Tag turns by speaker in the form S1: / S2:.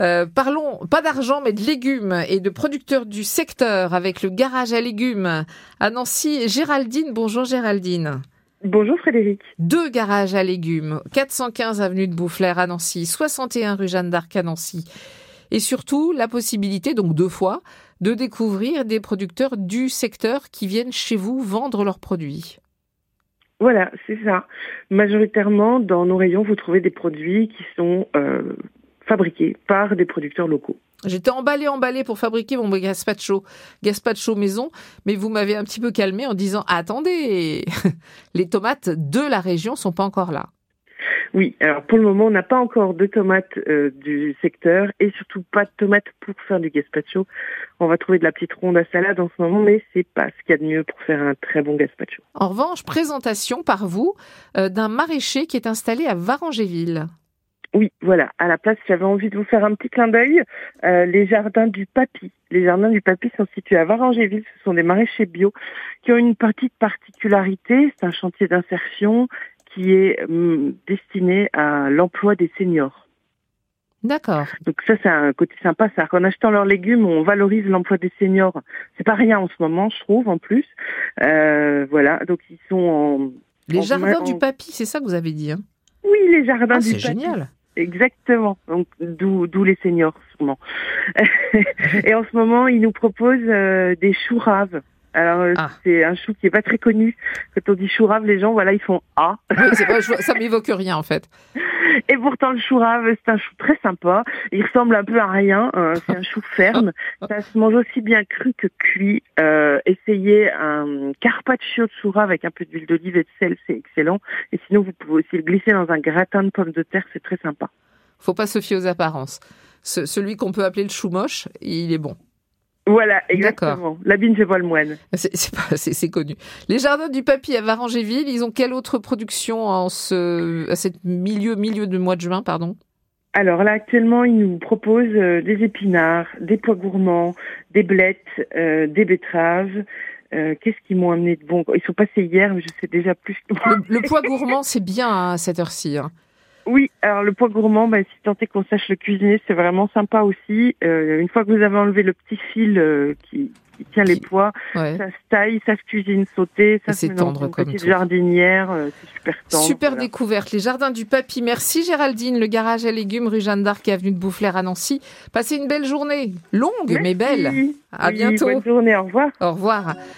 S1: Euh, parlons pas d'argent mais de légumes et de producteurs du secteur avec le garage à légumes à Nancy. Géraldine, bonjour Géraldine.
S2: Bonjour Frédéric.
S1: Deux garages à légumes, 415 avenue de Boufflers à Nancy, 61 rue Jeanne d'Arc à Nancy. Et surtout la possibilité, donc deux fois, de découvrir des producteurs du secteur qui viennent chez vous vendre leurs produits.
S2: Voilà, c'est ça. Majoritairement, dans nos rayons, vous trouvez des produits qui sont euh, fabriqués par des producteurs locaux.
S1: J'étais emballée, emballée pour fabriquer mon gazpacho, gazpacho maison, mais vous m'avez un petit peu calmée en disant attendez, les tomates de la région sont pas encore là.
S2: Oui, alors pour le moment, on n'a pas encore de tomates euh, du secteur et surtout pas de tomates pour faire du gazpacho. On va trouver de la petite ronde à salade en ce moment, mais c'est pas ce qu'il y a de mieux pour faire un très bon gazpacho.
S1: En revanche, présentation par vous euh, d'un maraîcher qui est installé à Varangéville.
S2: Oui, voilà. À la place, j'avais envie de vous faire un petit clin d'œil. Euh, les jardins du papy. Les jardins du papy sont situés à Varangéville. Ce sont des maraîchers bio qui ont une petite particularité. C'est un chantier d'insertion qui est hum, destiné à l'emploi des seniors.
S1: D'accord.
S2: Donc ça, c'est un côté sympa, ça. En achetant leurs légumes, on valorise l'emploi des seniors. C'est pas rien en ce moment, je trouve, en plus. Euh, voilà. Donc ils sont en
S1: Les
S2: En-
S1: jardins
S2: en-
S1: du papy, c'est ça que vous avez dit. hein
S2: oui, les jardins
S1: Ah,
S2: du
S1: c'est
S2: papy.
S1: génial.
S2: Exactement. Donc d'où d'où les seniors sûrement. Et en ce moment, ils nous proposent euh, des choux raves. Alors euh,
S1: Ah.
S2: c'est un chou qui est pas très connu. Quand on dit chou rave, les gens voilà, ils font ah.
S1: Oui, c'est pas- je- ça m'évoque rien en fait.
S2: Et pourtant, le chou rave, c'est un chou très sympa. Il ressemble un peu à rien. euh, c'est un chou ferme. Ça se mange aussi bien cru que cuit. Euh, essayez un carpaccio de chou rave avec un peu d'huile d'olive et de sel, c'est excellent. Et sinon, vous pouvez aussi le glisser dans un gratin de pommes de terre, c'est très sympa.
S1: Faut pas se fier aux apparences. Ce- celui qu'on peut appeler le chou moche, il est bon.
S2: Voilà, exactement. La bine, c'est pas le moine.
S1: C'est c'est pas- c'est- c'est connu. Les jardins du papy à Varangéville, ils ont quelle autre production en ce à cette milieu milieu de mois de juin, pardon
S2: Alors là, actuellement, ils nous proposent euh, des épinards, des pois gourmands, des blettes, euh, des betteraves. Euh, Qu'est-ce qu'ils m'ont amené de bon Ils sont passés hier, mais je sais déjà plus.
S1: Le, le poids gourmand, c'est bien hein, à cette heure-ci. hein.
S2: Oui, alors le poids gourmand, bah, si tant est qu'on sache le cuisiner, c'est vraiment sympa aussi. Euh, une fois que vous avez enlevé le petit fil euh, qui, qui tient les
S1: Qui-
S2: poids,
S1: Ouais.
S2: ça se taille, ça se cuisine sauté,
S1: Et
S2: ça se
S1: c'est
S2: met dans
S1: tendre
S2: une
S1: comme
S2: petite
S1: tout.
S2: jardinière, euh, c'est super tendre.
S1: Super
S2: voilà.
S1: découverte, les jardins du papy. Merci Géraldine, le garage à légumes rue Jeanne d'Arc et avenue de Boufflers à Nancy. Passez une belle journée, longue mais belle.
S2: Merci.
S1: À
S2: Oui,
S1: bientôt.
S2: Bonne journée, au revoir.
S1: Au revoir.